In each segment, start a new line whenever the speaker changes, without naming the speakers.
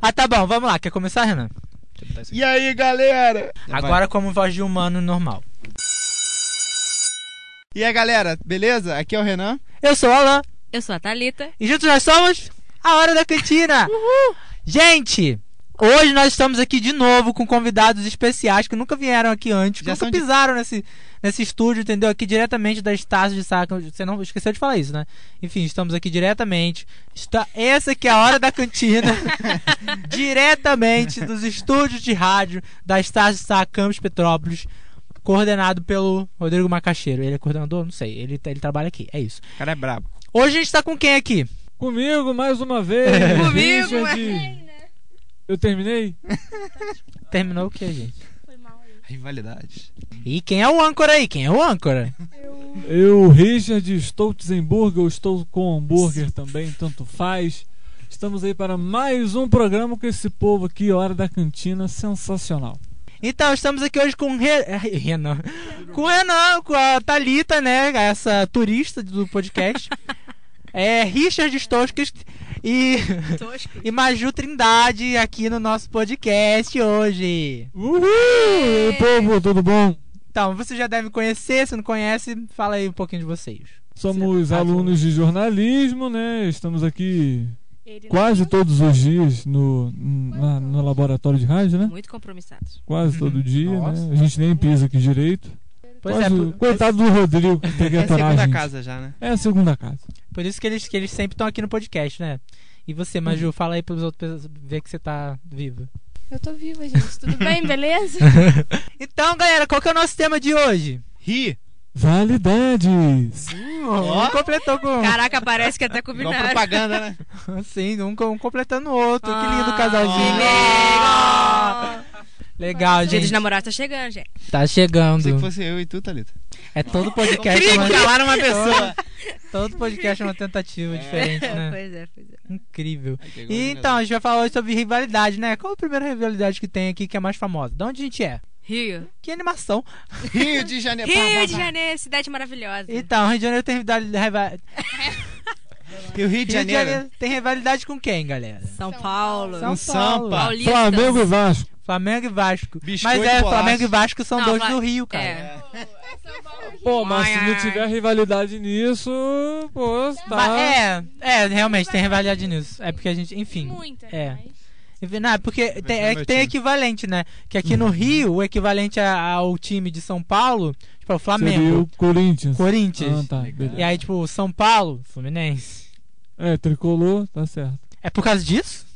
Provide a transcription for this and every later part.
Ah, tá bom, vamos lá. Quer começar, Renan? Deixa eu botar isso aqui.
E aí, galera?
Agora como voz de humano normal.
E aí, galera? Beleza? Aqui é o Renan.
Eu sou o Alan
Eu sou a Thalita.
e juntos nós somos a Hora da Cantina. Gente, hoje nós estamos aqui de novo com convidados especiais que nunca vieram aqui antes, que
Já
nunca
são de-
pisaram nesse, nesse estúdio, entendeu? Aqui diretamente da Estácio de Saca. Você não esqueceu de falar isso, né? Enfim, estamos aqui diretamente. Está... Essa aqui é a Hora da Cantina. diretamente dos estúdios de rádio da Estácio de Sá, Campos Petrópolis. Coordenado pelo Rodrigo Macaxeiro. Ele é coordenador? Não sei. Ele, ele trabalha aqui. É isso.
O cara é brabo.
Hoje a gente tá com quem aqui?
Comigo mais uma vez.
Comigo,
Richard. Eu terminei?
Terminou o que, gente?
Rivalidade.
E quem é o âncora aí? Quem é o âncora?
Hum.
Eu, Richard, estou Tzenburger, eu estou com hambúrguer também, tanto faz. Estamos aí para mais um programa com esse povo aqui, Hora da Cantina, sensacional.
Então, estamos aqui hoje com o Re... eh, Renan. Com o Renan, com a Thalita, né? Essa turista do podcast. É Richard Stoskas e,
Tosco.
e Maju Trindade aqui no nosso podcast hoje.
Uhul!
É.
E aí, povo, tudo bom?
Então, vocês já devem conhecer, se não conhece, fala aí um pouquinho de vocês.
Somos
tá
Ah,
alunos de jornalismo, né? Estamos aqui
Ele não-
quase todos os dias no, na- no laboratório de rádio, né?
Muito compromissados.
Quase todo dia,
Nossa.
né? A gente nem pisa aqui direito.
Pois é,
Quase-
por,
Coitado do Rodrigo, que tem que
É a
atorar a
segunda
gente.
casa já, né?
É a segunda casa.
por isso que eles, que eles sempre estão aqui no podcast, né? E você, Maju, fala aí pros outros ver que você tá viva.
Eu tô viva, gente. Tudo bem, beleza?
Então, galera, qual que é o nosso tema de hoje?
Ri.
Validades!
Um completou com.
Caraca, parece que é até
Igual
combinaram.
propaganda, né?
Sim, um, com- um completando o outro. que lindo o
Que
casalzinho.
legal.
Legal,
O dia dos
gente.
namorados tá chegando, gente.
Tá
Pensei que
chegando.
fosse eu e tu, Thalita.
É todo podcast.
Incrível,
uma-
calar uma pessoa.
Todo podcast é uma tentativa diferente, né?
Pois é, pois é.
Incrível. E então, a gente vai falar hoje sobre rivalidade, né? Qual a primeira rivalidade que tem aqui que é mais famosa? De onde a gente é?
Rio.
Que animação.
Rio de
É,
Janeiro. né? Pá, pá,
Rio
pá.
de Janeiro, cidade maravilhosa.
Então, Rio de Janeiro tem rivalidade.
E o Rio de
Rio de
Janeiro.
Janeiro tem rivalidade com quem, galera?
São Paulo.
São Paulo.
Um Sampa.
Paulista.
Flamengo e Vasco.
Flamengo e Vasco.
Biscoito
Mas é,
e bolacha.
Flamengo e Vasco são
Não,
dois
vai-
no Rio, cara.
É.
Pô, mas se não
Ai,
tiver rivalidade nisso, pô, tá.
Mas é, é, realmente tem rivalidade nisso. É porque a gente, enfim.
Muita.
É.
mas-
enfim, Não, é porque tem, é
meu
que tem
time.
equivalente, né? Que aqui
Uhum.
no Rio, o equivalente a- ao time de São Paulo, tipo, é o
Seria
Flamengo,
o Corinthians.
Corinthians.
Ah, tá, beleza.
E aí, tipo, São Paulo, Fluminense.
É, tricolor, tá certo.
É por causa disso?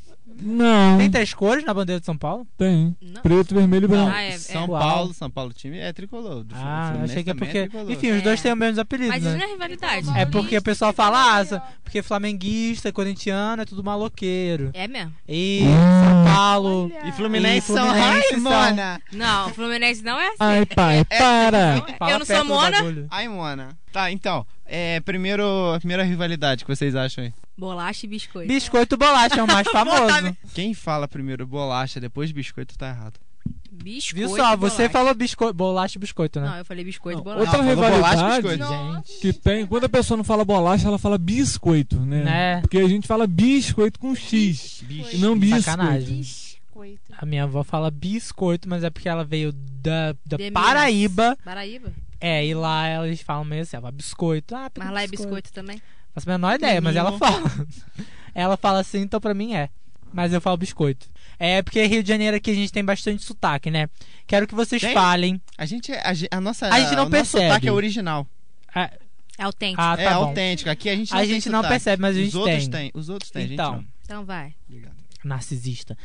Não,
Tem
tem.
três cores na bandeira de São Paulo?
Não.
Preto, vermelho e branco.
Ah, é, é.
São
Uau.
Paulo, São Paulo time é tricolor. Do
Ah,
Fluminense
achei que é
também
porque.
tricolor.
Enfim, os
É.
dois têm o mesmo apelido,
Mas isso
né?
não é rivalidade.
É porque o pessoal fala, ah, essa- porque flamenguista, corintiano é tudo maloqueiro.
É mesmo?
E São Paulo.
Olha.
E Fluminense
E
são.
Fluminense
Ai,
são-
Mona.
Não, Fluminense não é assim.
Ai, pai, para!
Não é.
Fala
Eu não
perto
sou
do
Mona.
bagulho.
Ai, Mona. Tá, então. É, primeiro, a primeira rivalidade que vocês acham aí.
Bolacha e biscoito.
Biscoito bolacha é o mais famoso.
Quem fala primeiro bolacha, depois biscoito, tá errado.
Biscoito.
Viu só?
e
Você
bolacha.
falou biscoito, bolacha e biscoito, né?
Não, eu falei biscoito e
Não,
bolacha.
Outra
Não, falou
rivalidade
é,
bolacha,
que tem, quando a pessoa não fala bolacha, ela fala biscoito, né?
Né?
Porque a gente fala biscoito com X, e não biscoito.
Sacanagem.
Biscoito.
A minha avó fala biscoito, mas é porque ela veio da, da
De
Paraíba.
Paraíba.
É, e lá eles falam meio assim, ela fala biscoito. Ah, porque
Mas lá é biscoito também.
Faço a menor ideia, mas ela
Mimo.
fala. ela fala assim, então pra mim é. Mas eu falo biscoito. É porque Rio de Janeiro aqui a gente tem bastante sotaque, né? Quero que vocês
Tem?
falem.
A gente, é- a, ge- a nossa,
A gente não
o
percebe.
Nosso sotaque é original.
Ah,
É autêntico.
ah,
é
tá bom.
autêntico. Aqui a gente não
A
tem
gente não
sotaque.
percebe, mas a gente
Os outros
tem.
têm. Os outros têm,
Então.
a gente
Então vai.
não. Obrigado.
Narcisista.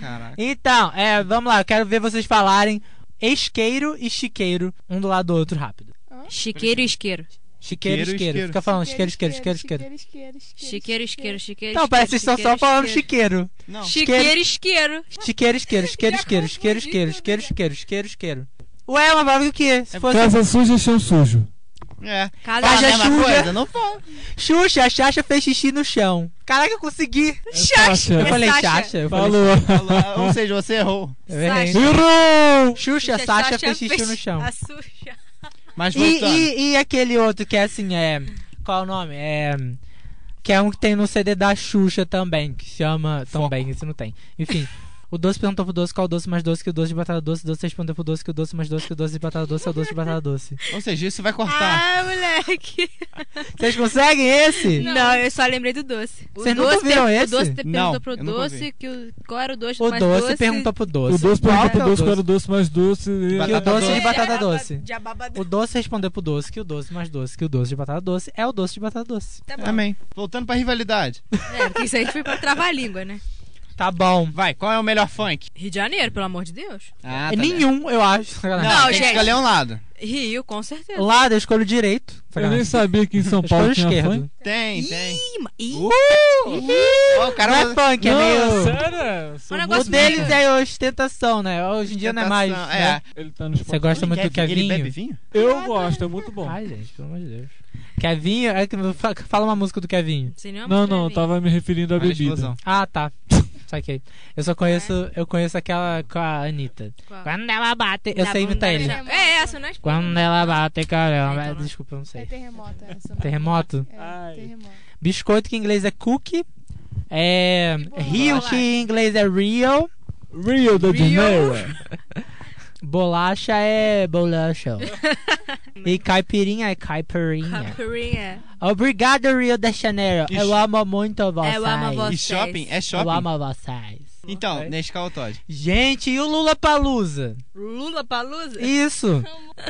Caraca.
Então, é, vamos lá, eu quero ver vocês falarem isqueiro e chiqueiro, um do lado do outro, rápido.
Chiqueiro e isqueiro.
Chiqueiro,
Isqueiro,
isqueiro.
isqueiro.
Fica falando isqueiro, isqueiro, isqueiro, isqueiro.
isqueiro, isqueiro,
Chiqueiro, isqueiro, chiqueiro.
Não, Então, parece que vocês estão só falando
chiqueiro.
chiqueiro.
Não.
Chiqueiro, isqueiro.
Chiqueiro, isqueiro, isqueiro, isqueiro, isqueiro, isqueiro, isqueiro, isqueiro, isqueiro, isqueiro. Ué, uma palavra do que? Se fosse
Casa suja, chão sujo.
É.
Casa
Mas
Fala a
é
mesma
suja.
coisa? Não fala.
Xuxa, a Xaxa fez xixi no chão. Caraca, eu consegui.
Chacha.
Eu
É
falei
Sasha.
Xaxa, eu falei
Falou!
Fala- Ou seja, você errou.
eu errei.
Sasha.
Errou!
Xuxa, Sasha fez xixi no chão.
A Xuxa.
Mas
E,
voltando.
e- e aquele outro que é assim, é... Qual o nome? É... Que é um que tem no CD da Xuxa também, que se chama. Também, esse não tem. Enfim. O doce perguntou pro doce qual o doce mais doce que o doce de batata doce. O doce respondeu pro doce que o doce mais doce que o doce de batata doce é o doce de batata doce.
Ou seja, isso
Então
vai
tá.
cortar.
Ah, moleque.
Vocês conseguem esse?
Não. eu só lembrei do doce. O
Vocês nunca
doce
viram
per-
esse?
O doce te perguntou
Não,
pro
eu nunca
doce que o, qual era o doce
O
mais
doce,
doce.
perguntou pro doce.
O doce perguntou pro
Qual é
doce qual era o doce mais doce. e-
Que o
Batata
doce
doce.
de batata doce.
De
O doce respondeu pro doce que o doce mais doce que o doce de batata doce é o doce de batata doce.
Tá bom.
Amém. Voltando pra rivalidade.
É, porque isso aí foi pra travar a língua, né?
Tá bom.
Vai, qual é o melhor funk?
Rio de Janeiro, pelo amor de Deus.
Ah,
É
tá
Nenhum,
né?
né? eu acho.
bem.
Sacanagem.
Não,
Não,
tem que
gente.
escolher um lado.
Rio, com certeza.
Lado eu escolho direito.
Eu nem sabia que em São
Eu escolho
Paulo tinha funk.
esquerdo.
Tem, tem.
Ih, ma- ih,
Uh, Ó, o cara
Não é funk, é meio.
sério? Sou
Um
muito-
O
negócio
deles é ostentação, né? Hoje em dia não é mais.
Tentação,
né?
É.
Ele tá no
Você
Spotify.
gosta
Ele
muito
quer-
do Kevinho?
Ele bebe vinho?
Eu gosto, é muito bom.
Ai, gente, pelo amor de Deus. Kevinho, é que- fa- fala uma música do Kevinho.
sem nenhuma
Não,
música
não, eu
pra mim.
tava me referindo à
Olha a
bebida.
explosão.
Ah, tá. Saquei. Eu só conheço, eu conheço aquela com a Anitta.
É. Qual?
Quando ela bate. Eu
Da
sei imitar
bunda
ele.
da minha- É essa, né?
Quando ela bate, caramba.
Ah, então não.
Desculpa, eu não
É
sei.
terremoto essa.
Terremoto?
É,
Ai.
terremoto.
Biscoito que em inglês é cookie. É.
Bolacha.
Rio que em inglês é real.
Rio de Janeiro.
Bolacha é bolacha. e caipirinha é caipirinha.
Capirinha.
Obrigado, Rio de Janeiro.
Ixi.
Eu amo muito vocês.
Eu amo
E
vocês.
shopping? É
Eu
shopping?
amo vocês.
Então,
Ok.
Nescau ou Todd?
Gente, e o Lula Palusa?
Lula Palusa?
Isso.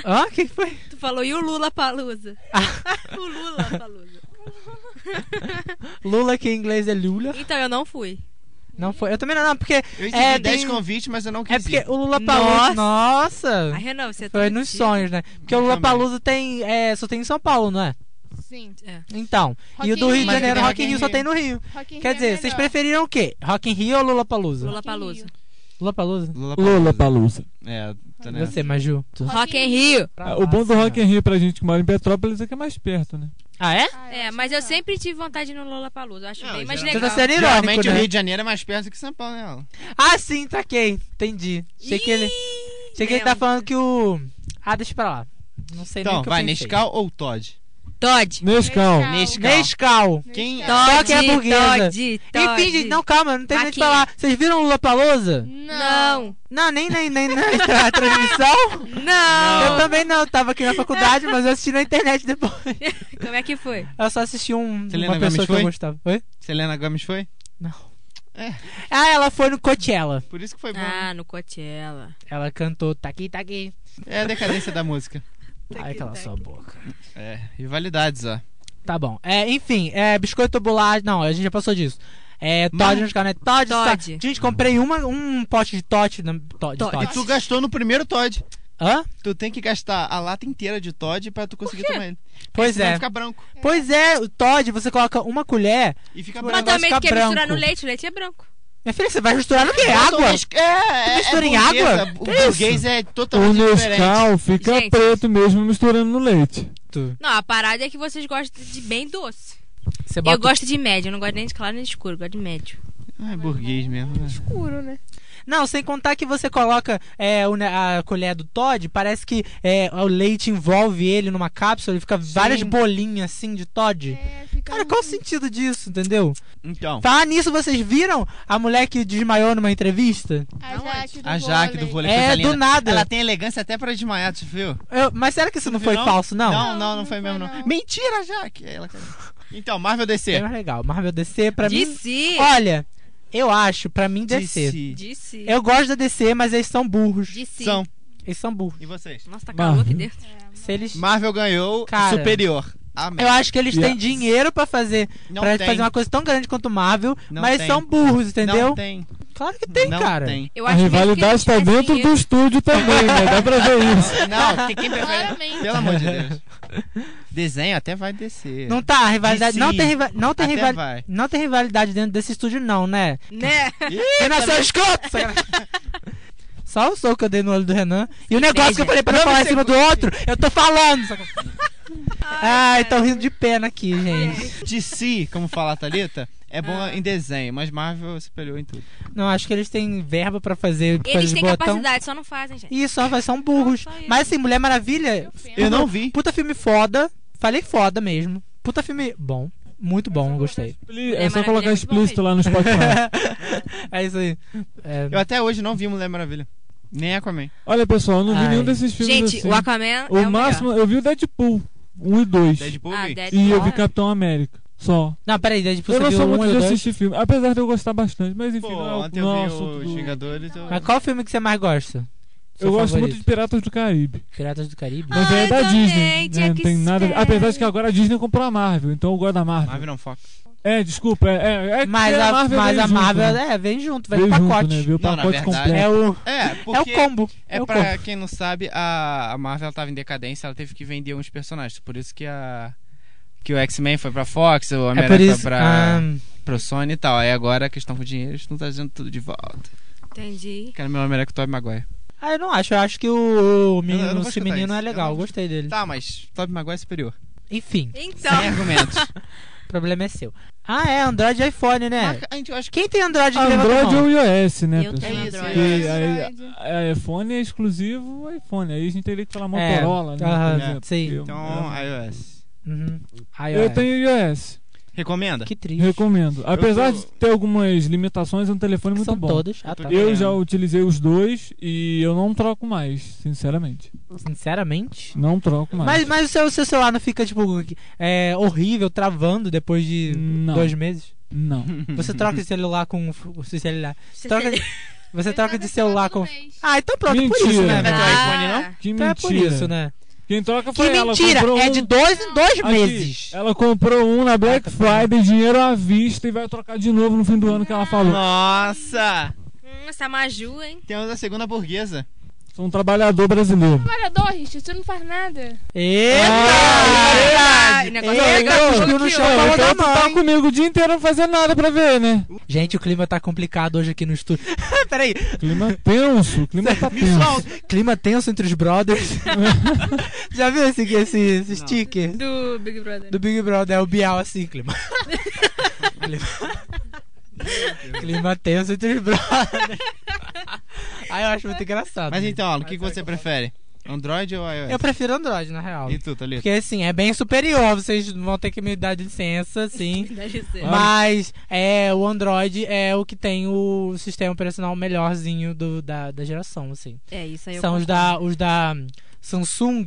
Hã? O que foi?
Tu falou, e o Lula Palusa?
Ah.
o Lula Palusa.
Lula que em inglês é Lula.
Então eu não fui.
Não foi. Eu também não, não porque.
Eu recebi
É,
10
tem-
convites, mas eu não
É
quis
porque
ir.
o Lula Palusa. Nossa!
A Renan, você tá.
Foi nos
mentindo.
sonhos, né? Porque o Lula Palusa tem. é, só tem em São Paulo, não é?
Sim.
É.
Então.
Rock
e o
in
do Rio
Rio.
de Janeiro,
Mas
é Rock in Rio só tem no Rio.
Rock in Rio
Quer
é
dizer, vocês
melhor.
preferiram o quê? Rock in Rio ou Lula Palusa?
Lula Palusa.
Lula Palusa?
Lula Palusa.
É, tá né?
Você, Maju. Tu-
Rock em Rio.
Ah, O bom do Rock in Rio pra gente que mora em Petrópolis é que é mais perto, né?
Ah, é?
Ah,
É,
acho
mas
que
eu
não.
sempre tive vontade de ir no Lula Palusa. Acho
Não,
bem mais
geralmente-
Você tá
legal.
sendo irônico,
Geralmente o
né?
Rio de Janeiro é mais perto que São Paulo, né? Alan?
Ah, sim, taquei. Entendi. Achei que ele, achei que ele tá
merda.
falando que o... Ah, deixa pra lá. Não sei nem
Então,
o que
vai,
eu pensei.
Nescau ou Todd?
Todd.
Nescau.
Nescau.
Nescau.
Quem
Nescau.
Só que é
Todd,
burguesa.
Todd,
Então,
Todd.
Enfim, gente, não, calma, não tem nem o que
Maquinha.
falar. Vocês viram o Lula Palusa?
Hum. Não.
Não.
Não, nem, nem, nem na transmissão. Eu
Não.
também não, eu tava aqui na faculdade, mas eu assisti na internet depois.
Como é que foi?
Eu só assisti um,
Selena
uma pessoa
Gomez
que eu
foi?
gostava. Oi?
Selena Gomes foi?
Não.
É.
Ah, ela foi no Coachella.
Por isso que foi bom. né?
Ah, no Coachella.
Ela cantou Taqui Taqui.
É a decadência da música.
Ai, cala sua boca.
É, rivalidades, ó.
Tá bom. É, enfim, é, biscoito bolacha. Não, a gente já passou disso. É, Todd
Mas-
nos canais. Todd,
Todd.
sa- Gente, comprei uma, um pote de Todd. na- Todd, É.
Todd.
Todd.
E tu gastou no primeiro Todd.
Hã?
Tu tem que gastar a lata inteira de Todd pra tu conseguir tomar ele.
Pois
Senão
é.
fica branco.
Pois é, o Todd, você coloca uma colher.
E fica
Mas tá
Mas
também
branco.
também
fica
tu quer misturar
um branco.
no leite, o leite é branco.
Minha filha, você vai misturar no quê?
Bota um
Água?
nes- É, é,
mistura
é
em
burguesa.
água?
O
Que isso?
burguês é
O
totalmente diferente.
Nescau fica
Gente.
preto mesmo misturando no leite.
Não, a parada é que vocês gostam de bem doce.
Você bota...
Eu gosto de médio, eu não gosto nem de claro nem de escuro, eu gosto de médio.
Ah, é burguês mesmo. né?
Escuro, né?
Não, sem contar que você coloca é, o ne- a colher do Todd, parece que é, o leite envolve ele numa cápsula, ele fica várias bolinhas assim de Todd.
É, fica
Cara,
um-
qual o sentido disso, entendeu?
Então,
Falar nisso, vocês viram a mulher que desmaiou numa entrevista?
A Jaque do
a Jaque
vôlei.
do vôlei
É,
coisa linda.
do nada.
Ela tem elegância até pra desmaiar, tu viu?
Eu- mas será que isso não
viu,
foi
não?
falso, não?
Não, não, não foi mesmo, não.
não.
Mentira, Jaque! Ela- Então, Marvel
É
DC.
mais legal. Marvel DC, pra mim.
Disse!
Olha, eu acho, pra mim, DC.
DC.
Disse!
Eu gosto da DC, mas eles são burros.
Disse!
São.
Eles são burros.
E vocês?
Nossa, tá
Marvel.
calor aqui dentro.
Se eles.
Marvel ganhou
Cara,
superior. Amém.
Eu acho que eles têm
Yeah.
dinheiro pra fazer
Não
pra
tem.
fazer uma coisa tão grande quanto Marvel,
Não
mas
tem.
são burros, entendeu?
Não tem.
Claro que tem,
não
cara.
tem.
Eu
A
acho mesmo que
rivalidade
eles
tá
tivessem
dentro do
dinheiro-
estúdio também, né? Dá pra ver isso.
Não, tem quem prefere.
Claramente.
Pelo amor de Deus. Desenho até vai descer.
Não tá, a rivalidade.
DC.
Não tem, riva- não, tem
Até
rival-
vai.
não tem rivalidade dentro desse estúdio, não, né?
Né?
Renan, seu escroto! Sacanagem. Só o soco que eu dei no olho do Renan. E o negócio que eu falei pra não falar em cima do outro, eu tô falando! sacanagem. Ai, tão rindo de pena aqui, gente.
DC, como fala a Thalita, é bom em desenho, mas Marvel é superior em tudo.
Não, acho que eles têm verba pra fazer
Eles
coisas
têm
boas. tão-
capacidade, só não fazem, gente.
Isso, rapaz, são burros.
Só isso.
Mas assim, Mulher Maravilha.
Eu penso.
Eu não vi.
Puta filme foda. Falei foda mesmo. Puta filme bom. Muito bom, gostei.
Expli-
É
É só colocar
maravilhoso
explícito lá no Spotify.
é isso aí. É,
Eu até hoje não vi Mulher Maravilha. Nem Aquaman.
Olha, pessoal, eu não vi
Ai.
nenhum desses filmes
Gente,
assim.
o Aquaman
O
é o
máximo, eu vi o Deadpool 1 e 2.
Deadpool
melhor.
vi.
é
Ah,
E eu vi
Deadpool.
Capitão América. Só.
Não, peraí, Deadpool
eu
você
não
viu
sou
um
muito
e
de
o dois?
assistir filme, apesar de eu gostar bastante, mas enfim,
Pô,
não é o-
ontem
não é
eu
o
vi
assunto
o
do-
Xingadores. Eu...
Mas qual filme que você mais gosta? Seu
Eu gosto muito
favorito?
de Piratas do Caribe.
Piratas do Caribe?
Mas
Ah,
é
eu
da
também,
Disney. né? Não
Jack
tem nada.
Sparrow.
Apesar de que agora a Disney comprou a Marvel, então eu gosto da Marvel.
Marvel não foca.
É, desculpa, é. é, é que
mas a,
Marvel
mas
veio
a
junto,
Marvel,
né?
é, vem junto, vai no
Veio junto,
pacote.
né? Veio o
Não, na
pacote
verdade,
completo.
É o,
É,
é o
porque...
combo.
É,
o
pra
combo.
quem não sabe, a, a Marvel ela tava em decadência, ela teve que vender uns personagens. Por isso que a. Que o X-Men foi pra Fox, o
É
Homem-Aranha
por isso.
foi pra,
ah,
pro Sony e tal. Aí agora a questão com dinheiro, eles estão trazendo tudo de volta.
Entendi.
Quero meu Homem-Aranha com o Tobey Maguire.
ah, eu não acho. Eu acho que o, o
Eu não
menino,
vou
esse
escutar
menino
isso,
é
eu
legal.
não vou-
Gostei dele.
Tá, mas Tobey Maguire é superior.
Enfim,
Então,
Sem argumentos.
o problema é seu. Ah, é. Android e iPhone, né?
Mas A gente eu acho que.
Quem tem Android que levanta a
Android
mão?
ou iOS, né,
eu
pessoal?
tenho
isso,
Android.
é
Porque aí, a- iPhone é exclusivo iPhone. Aí a gente teria que falar
É,
Motorola, né?
aham,
por exemplo.
sim.
Porque eu-
Então,
eu-
iOS.
Uhum. Aí, ó,
eu tenho iOS.
Recomenda?
Que triste.
Recomendo. Apesar
tô-
de ter algumas limitações, é um telefone muito
São
bom.
todas. Ah, tá.
tô-
Eu
É.
já utilizei os dois e eu não troco mais, sinceramente.
Sinceramente.
Não troco mais.
Mas, mas o seu, seu celular não fica, tipo, é, horrível, travando depois de
Não.
dois meses?
Não.
Uhum.
Você
tá
troca de celular com. o seu celular.
Você
Troca
se-
de- você troca de celular com.
Ah,
Ah, então pronto, por isso, né?
Mentira.
velho?
Ah, iPhone, não?
Ah,
Que
Então é
mentira.
por isso, né?
Quem troca
Que
foi ela.
mentira!
comprou
É
um-
de dois em dois
Aqui,
meses. Ah, tá
Ela comprou um na Black Friday, dinheiro à vista e vai trocar de novo no fim do ano que ela falou.
Nossa!
Hum, essa Maju, hein?
Temos a segunda burguesa.
Sou um trabalhador brasileiro.
Trabalhador, Richard, você não faz nada.
Ah, Eita!
o negócio tá
Eita,
pegando
cuspiu
fogo
no
aqui,
chão,
ó.
falou
Então
da
tu tá
mãe.
comigo o dia inteiro não fazendo nada pra ver, né?
Gente, o clima tá complicado hoje aqui no estúdio.
Ah,
Peraí,
Clima tenso, o clima tá tenso.
clima tenso entre os brothers. Já viu esse, esse, esse
Não.
sticker?
Do Big Brother.
Do Big Brother, é o Bial assim, clima. clima. clima tenso entre os brothers. Aí eu acho muito engraçado.
Mas
né?
então, é. Alan, o que, que você prefere? Android ou iOS?
Eu prefiro Android, na real.
E tu, Thalita?
Porque assim, é bem superior, vocês vão ter que me dar licença, sim.
Dá licença.
Ah, Mas é, o Android é o que tem o sistema operacional melhorzinho do, da, da geração, assim.
É isso aí. eu
São os
concordo.
da, os da Samsung,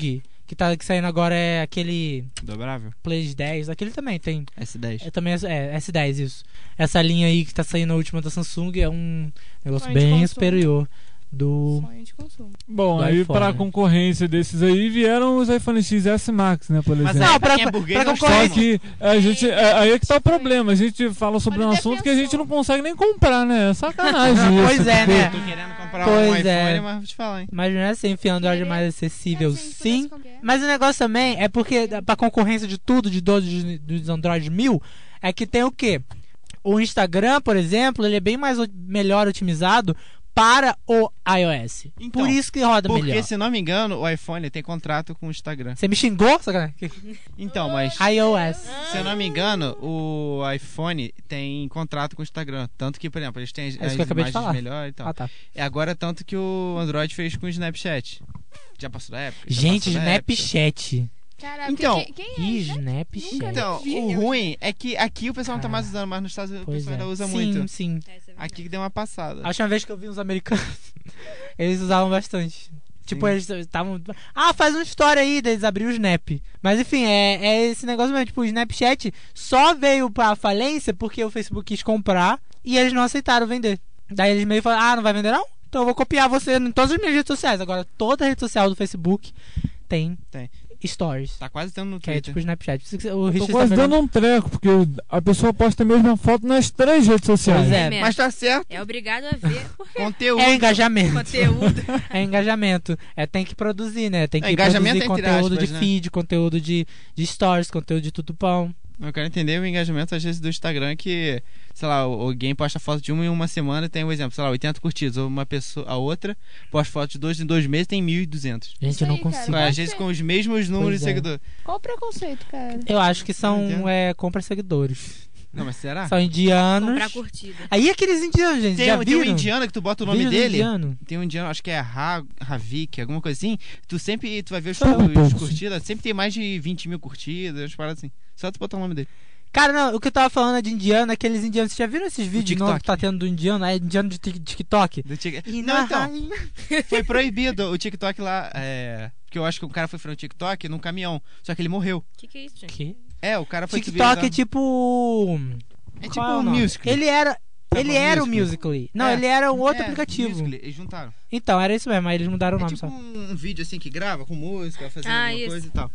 que tá que saindo agora é aquele
Dobrável?
Play 10, aquele também tem.
S10.
É também é, S10 isso. Essa linha aí que tá saindo a última da Samsung é um negócio
Sonho de
bem
consumo.
superior do
Sonho de consumo.
Bom,
Do
aí
iPhone,
pra
né?
concorrência desses aí vieram os iPhone XS Max, né, por
Mas é,
exemplo.
Não, pra-
não, pra quem é
pra-
burguês,
pra
não
concorrência-
Só
chama.
que é, a gente, é, aí é que tá o problema. A gente fala sobre
Olha
um
a
assunto que a gente
defensão.
não consegue nem comprar, né? É Sacanagem isso.
Pois é,
porque-
né?
Tô querendo comprar um
Pois
iPhone,
é.
mas vou te falar, hein?
Mas não é assim, enfim, Android é mais acessível,
Se a gente é assim. pudesse
sim.
comprar.
Mas o negócio também é porque da- pra concorrência de tudo, de todos os- dos Android 1000, é que tem o quê? O Instagram, por exemplo, ele é bem mais o- melhor otimizado para o iOS.
Então,
por isso que roda
Porque,
melhor.
se não me engano, o iPhone tem contrato com o Instagram.
Você me xingou? sacanagem? Ah.
Então, mas.
iOS.
Se eu não me engano, o iPhone tem contrato com o Instagram. Tanto que, por exemplo, eles têm as
É isso que eu acabei de
imagens
falar.
melhores e tal.
Ah, tá.
E agora, tanto que o Android fez com o Snapchat. Já passou da época? já
Gente,
passou da época.
Snapchat.
Caraca,
Então,
quem, quem é
Ih,
isso, né?
Snapchat.
Então, o
Gente.
ruim é que aqui o pessoal não tá mais usando, mas nos Estados Unidos o
pois
pessoal
é.
ainda usa
sim,
muito.
sim.
Essa é verdade.
Aqui que deu uma passada.
A última vez que eu vi uns americanos, eles usavam bastante. Tipo,
Sim.
eles estavam. Ah, faz uma história aí, deles abriu o Snap. Mas enfim, é, é esse negócio mesmo. Tipo, o Snapchat só veio pra falência porque o Facebook quis comprar e eles não aceitaram vender. Daí eles meio falaram: ah, não vai vender não? Então eu vou copiar você em todas as minhas redes sociais. Agora, toda rede social do Facebook tem,
Tem.
stories.
Tá quase dando no
Que é
Twitter.
tipo o Snapchat. Por isso que O
Tô
Richard
quase
tá pegando-
dando um treco, porque a pessoa posta a mesma foto nas três redes sociais.
Pois é.
mesmo.
Mas tá certo.
É obrigado a ver por
Conteúdo.
É engajamento.
conteúdo.
É engajamento. É, tem que produzir, né? Tem que
É, engajamento
produzir
entre
conteúdo
aspas,
de
né?
feed, conteúdo de, de stories, conteúdo de tudo pão.
Eu quero entender o engajamento, às vezes, do Instagram que, sei lá, alguém posta foto de uma em uma semana e tem um exemplo, sei lá, 80 curtidas. Ou uma pessoa, a outra, posta foto de dois em dois meses tem 1.200.
Gente, eu não
aí, cara.
consigo.
Sim.
Às vezes com os mesmos
Pois
números de
é.
seguidores.
Qual o preconceito, cara?
Eu acho que
Não entendo.
são é, compra seguidores.
Não, mas será?
São indianos.
Comprar curtida.
Aí aqueles indianos, gente.
Tem,
já
um- tem
viram?
um indiano que tu bota o nome
Vídeo do
dele.
Indiano.
Tem um indiano, acho que é Ra, Ravik, alguma coisa assim. Tu sempre, tu vai ver os,
Só um
os
pouco.
curtidas, sempre tem mais de 20 mil curtidas, umas paradas assim. Só tu botar o nome dele.
Cara, não, o que eu tava falando é de indiano, aqueles indianos. Vocês já viram esses vídeos novos que tá
TikTok.
tendo do indiano? É indiano de tik- TikTok?
Do tic-
E
Não,
na
então,
rainha-
foi proibido o TikTok lá. É... Porque eu acho que o cara foi fazer um TikTok num caminhão. Só que ele morreu.
Que que é isso, gente?
Que?
É, o cara foi
TikTok é
desviando-
tipo.
é tipo
qual é o
um
nome?
music.
Ele era.
Tá
Ele
bom,
era o
Musical.ly.
Musical.ly. Não,
É.
ele era um outro aplicativo.
eles juntaram.
Então, era isso mesmo, aí eles mudaram o
É
nome
tipo
só.
um, um vídeo assim que grava com música, fazendo
Ah,
alguma
isso.
coisa e tal.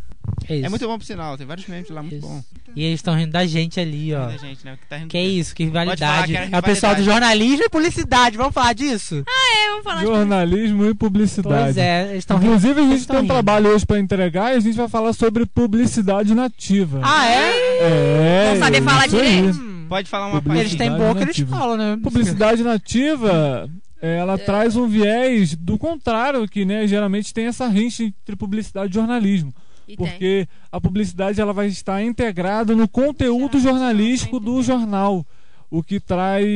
É isso.
É muito bom pro sinal, tem vários memes lá muito
Isso.
bom.
E eles estão rindo da gente ali, ó.
Muita gente, né, que tá rindo
Que isso, que
falar
rivalidade.
que era
é o pessoal do
rivalidade.
jornalismo e publicidade, vamos falar disso?
É, vamos falar de...
Jornalismo e publicidade.
pois é, eles estão rindo.
Inclusive, a
eles
gente
estão
tem um
rindo.
trabalho hoje pra entregar e a gente vai falar sobre publicidade nativa.
Ah, é?
é.
Não saber falar
isso aí.
direito.
Hum.
Pode falar uma
Publicidade.
Eles
parte.
têm boca, eles
nativa.
falam, né?
Publicidade nativa,
É.
ela traz um viés do contrário, que né, geralmente tem essa rincha entre publicidade e jornalismo.
E tem.
porque a publicidade ela vai estar integrada no conteúdo
Já,
jornalístico
já,
do jornal, o que traz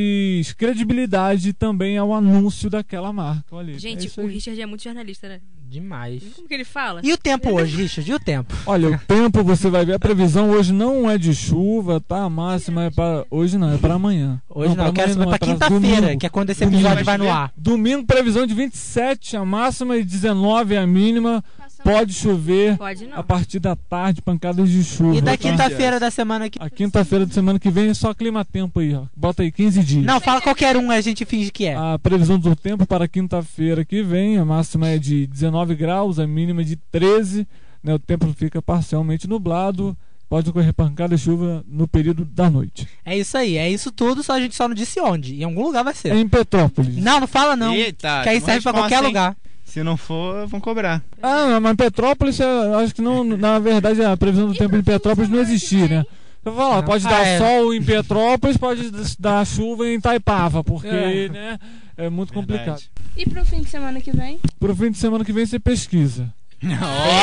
credibilidade também ao anúncio daquela marca. Olha, é
Gente,
isso
o
aí.
Richard é muito jornalista, né?
Demais.
Como que ele fala?
E o tempo hoje, Richard? E o tempo?
Olha, o tempo você vai ver, a previsão hoje não é de chuva, tá? A máxima é para hoje não, é para amanhã.
Hoje não,
pra
eu quero
amanhã
saber pra
é pra
quinta-feira,
domingo.
que é quando esse
Domingo
episódio vai
vai
no
chover.
ar.
Domingo previsão de 27 a máxima e 19 a mínima. Pode chover
Pode não.
a partir da tarde, pancadas de chuva.
E da
tá?
quinta-feira da semana que.
A quinta-feira de semana que vem é só clima tempo aí, ó. Bota aí 15 dias.
Não, fala qualquer um, a gente finge que é.
A previsão do tempo para quinta-feira que vem, a máxima é de 19 graus, a mínima é de 13. né? O tempo fica parcialmente nublado. Pode ocorrer pancada de chuva no período da noite.
É isso aí, é isso tudo, só a gente só não disse onde. Em algum lugar vai ser.
Em Petrópolis.
É. Não, não fala não.
Eita,
Que aí
tem um
serve pra
resposta,
qualquer
hein?
lugar.
Se não for, vão cobrar.
Ah, não, mas Petrópolis, eu acho que não. Na verdade, a previsão do tempo em Petrópolis não existia, né? Eu vou falar,
Não.
pode
Ah,
dar
é.
sol em Petrópolis, pode des- dar chuva em Itaipava, porque,
É.
né, é muito complicado.
Verdade.
E pro fim de semana que vem?
Pro fim de semana que vem você pesquisa.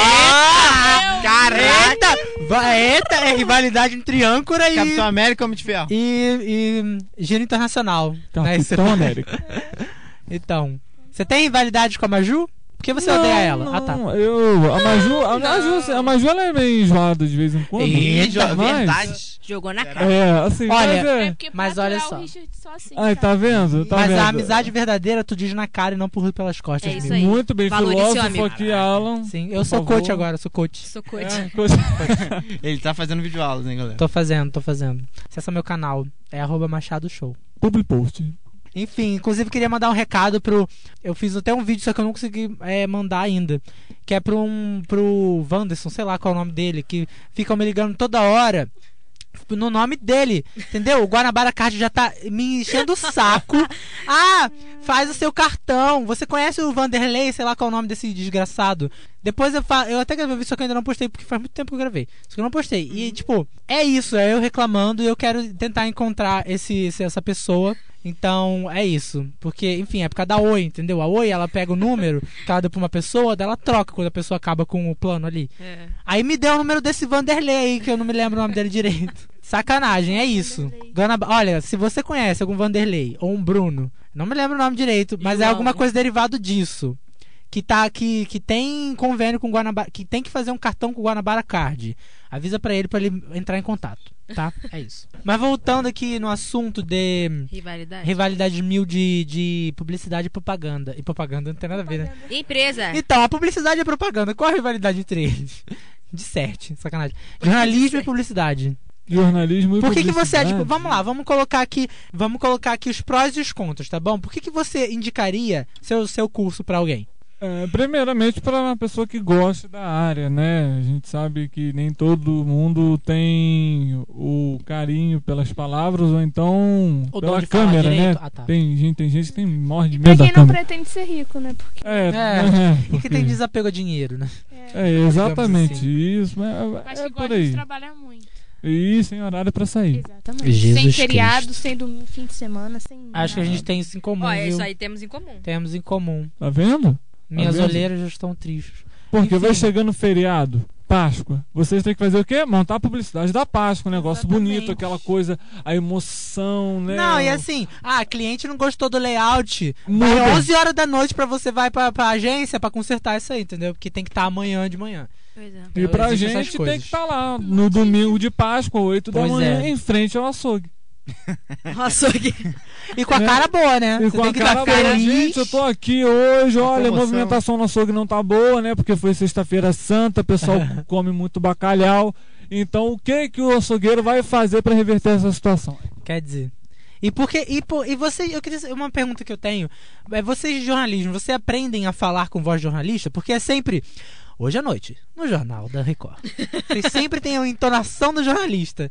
Ah, Careta! Va- Eita, é rivalidade entre âncora e.
Capitão América ou Homem de Ferro?
E, e giro internacional. né? Esse-
Capitão América.
Então. Você tem rivalidade com a Maju? Por que você odeia ela? Ah, tá.
Não, Eu, a Maju, a Maju, assim, a Maju ela é meio enjoada de vez em quando. né?
Eita,
mas-
verdade.
Jogou na cara.
É, assim,
Olha,
mas é-
porque
Ah, Mas
pra
olha
aturar
só.
o Richard só assim.
Ai, tá
cara.
vendo? Tá
Mas
vendo?
a amizade é verdadeira tu diz na cara e não por pelas costas.
É isso
amigo.
aí.
Muito bem,
Valorize seu
filósofo
amigo.
aqui, Alan.
Sim, eu
Por
sou
favor.
coach agora, sou coach.
Sou coach.
É, coisa-
Ele tá fazendo videoaulas, hein, galera?
Tô fazendo, tô fazendo. Acessa meu canal, é arroba Machado Show.
Public post.
Enfim, inclusive queria mandar um recado pro. Eu fiz até um vídeo, só que eu não consegui é, mandar ainda. Que é pro, um, pro Wanderson, sei lá qual é o nome dele, que ficam me ligando toda hora. No nome dele, entendeu? O Guanabara Card já tá me enchendo o saco. Ah, faz o seu cartão. Você conhece o Vanderlei, sei lá qual é o nome desse desgraçado. Depois eu, fa... eu até gravei o vídeo, só que eu ainda não postei, porque faz muito tempo que eu gravei. Só que eu não postei. E, tipo, é isso. É eu reclamando e eu quero tentar encontrar esse, esse- essa pessoa. Então, é isso. Porque, enfim, é por causa da Oi, entendeu? A Oi, ela pega o número que ela deu pra uma pessoa, daí ela troca quando a pessoa acaba com o plano ali.
É.
Aí me deu o número desse Vanderlei aí, que eu não me lembro o nome dele direito. Sacanagem, é isso.
Vanderlei.
Guanab- Olha, se você conhece algum Vanderlei ou um Bruno, não me lembro o nome direito, mas é
João.
alguma coisa derivado disso. Que tá que, que tem convênio com o Guanabara, que tem que fazer um cartão com o Guanabara Card. Avisa pra ele pra ele entrar em contato, tá? É isso. Mas voltando aqui no assunto de
Rivalidade.
rivalidades mil de, de publicidade e propaganda. E propaganda não tem nada a ver, né?
Empresa.
Então, a publicidade é propaganda. Qual a rivalidade entre eles? De certe, sacanagem. Jornalismo e publicidade.
Jornalismo e
Por que, que você acha.
publicidade.
Vamos lá, vamos colocar aqui. Vamos colocar aqui os prós e os contras, tá bom? Por que, que você indicaria seu, seu curso pra alguém?
É, primeiramente para uma pessoa que gosta da área, né? A gente sabe que nem todo mundo tem o carinho pelas palavras ou então
Ou dom
pela
de falar
câmera, né?
direito. Ah, tá.
Tem gente, tem gente que tem morre de
E pra
medo da
quem não
câmera.
pretende ser rico, né? Porque.
É,
É.
né?
E que tem
Porque-
desapego a dinheiro, né?
É.
é, exatamente
assim.
isso, mas
Mas
é,
que
é por
gosta de
aí.
trabalhar muito.
E sem horário para sair.
Exatamente.
Jesus
sem
Cristo.
feriado, sem domingo, fim de semana, sem.
Acho que a
nada.
gente tem isso em comum,
Ó, é
viu?
isso aí temos em comum.
Temos em comum.
Tá vendo?
Minhas
vendo?
olheiras já estão tristes.
Porque vai
Enfim.
chegando feriado, Páscoa. Vocês têm que fazer o quê? Montar a publicidade da Páscoa, um negócio
Exatamente.
bonito, aquela coisa, a emoção, né?
Não, e assim, ah, cliente não gostou do layout. Vai
Muda.
11 horas da noite pra você vai pra, pra agência pra consertar isso aí, entendeu? Porque tem que estar tá amanhã de manhã.
Pois é.
E pra
Existem essas
gente tem
coisas.
que estar lá no domingo de Páscoa, 8 da
Pois
manhã,
é.
em frente ao açougue.
O açougue.
E com a
Né?
cara boa, né?
E
Você
com
tem
a
que tá
cara,
feliz.
boa, gente, eu tô aqui hoje,
Tá
olha, a
promoção.
movimentação no açougue não tá boa, né? Porque foi sexta-feira santa, o pessoal come muito bacalhau. Então, o que que o açougueiro vai fazer pra reverter essa situação?
Quer dizer. E porque. E, por, e você. Eu queria. Uma pergunta que eu tenho. É vocês de jornalismo, vocês aprendem a falar com voz de jornalista? Porque é sempre. Hoje à noite, no Jornal da Record. Vocês sempre tem a entonação do jornalista.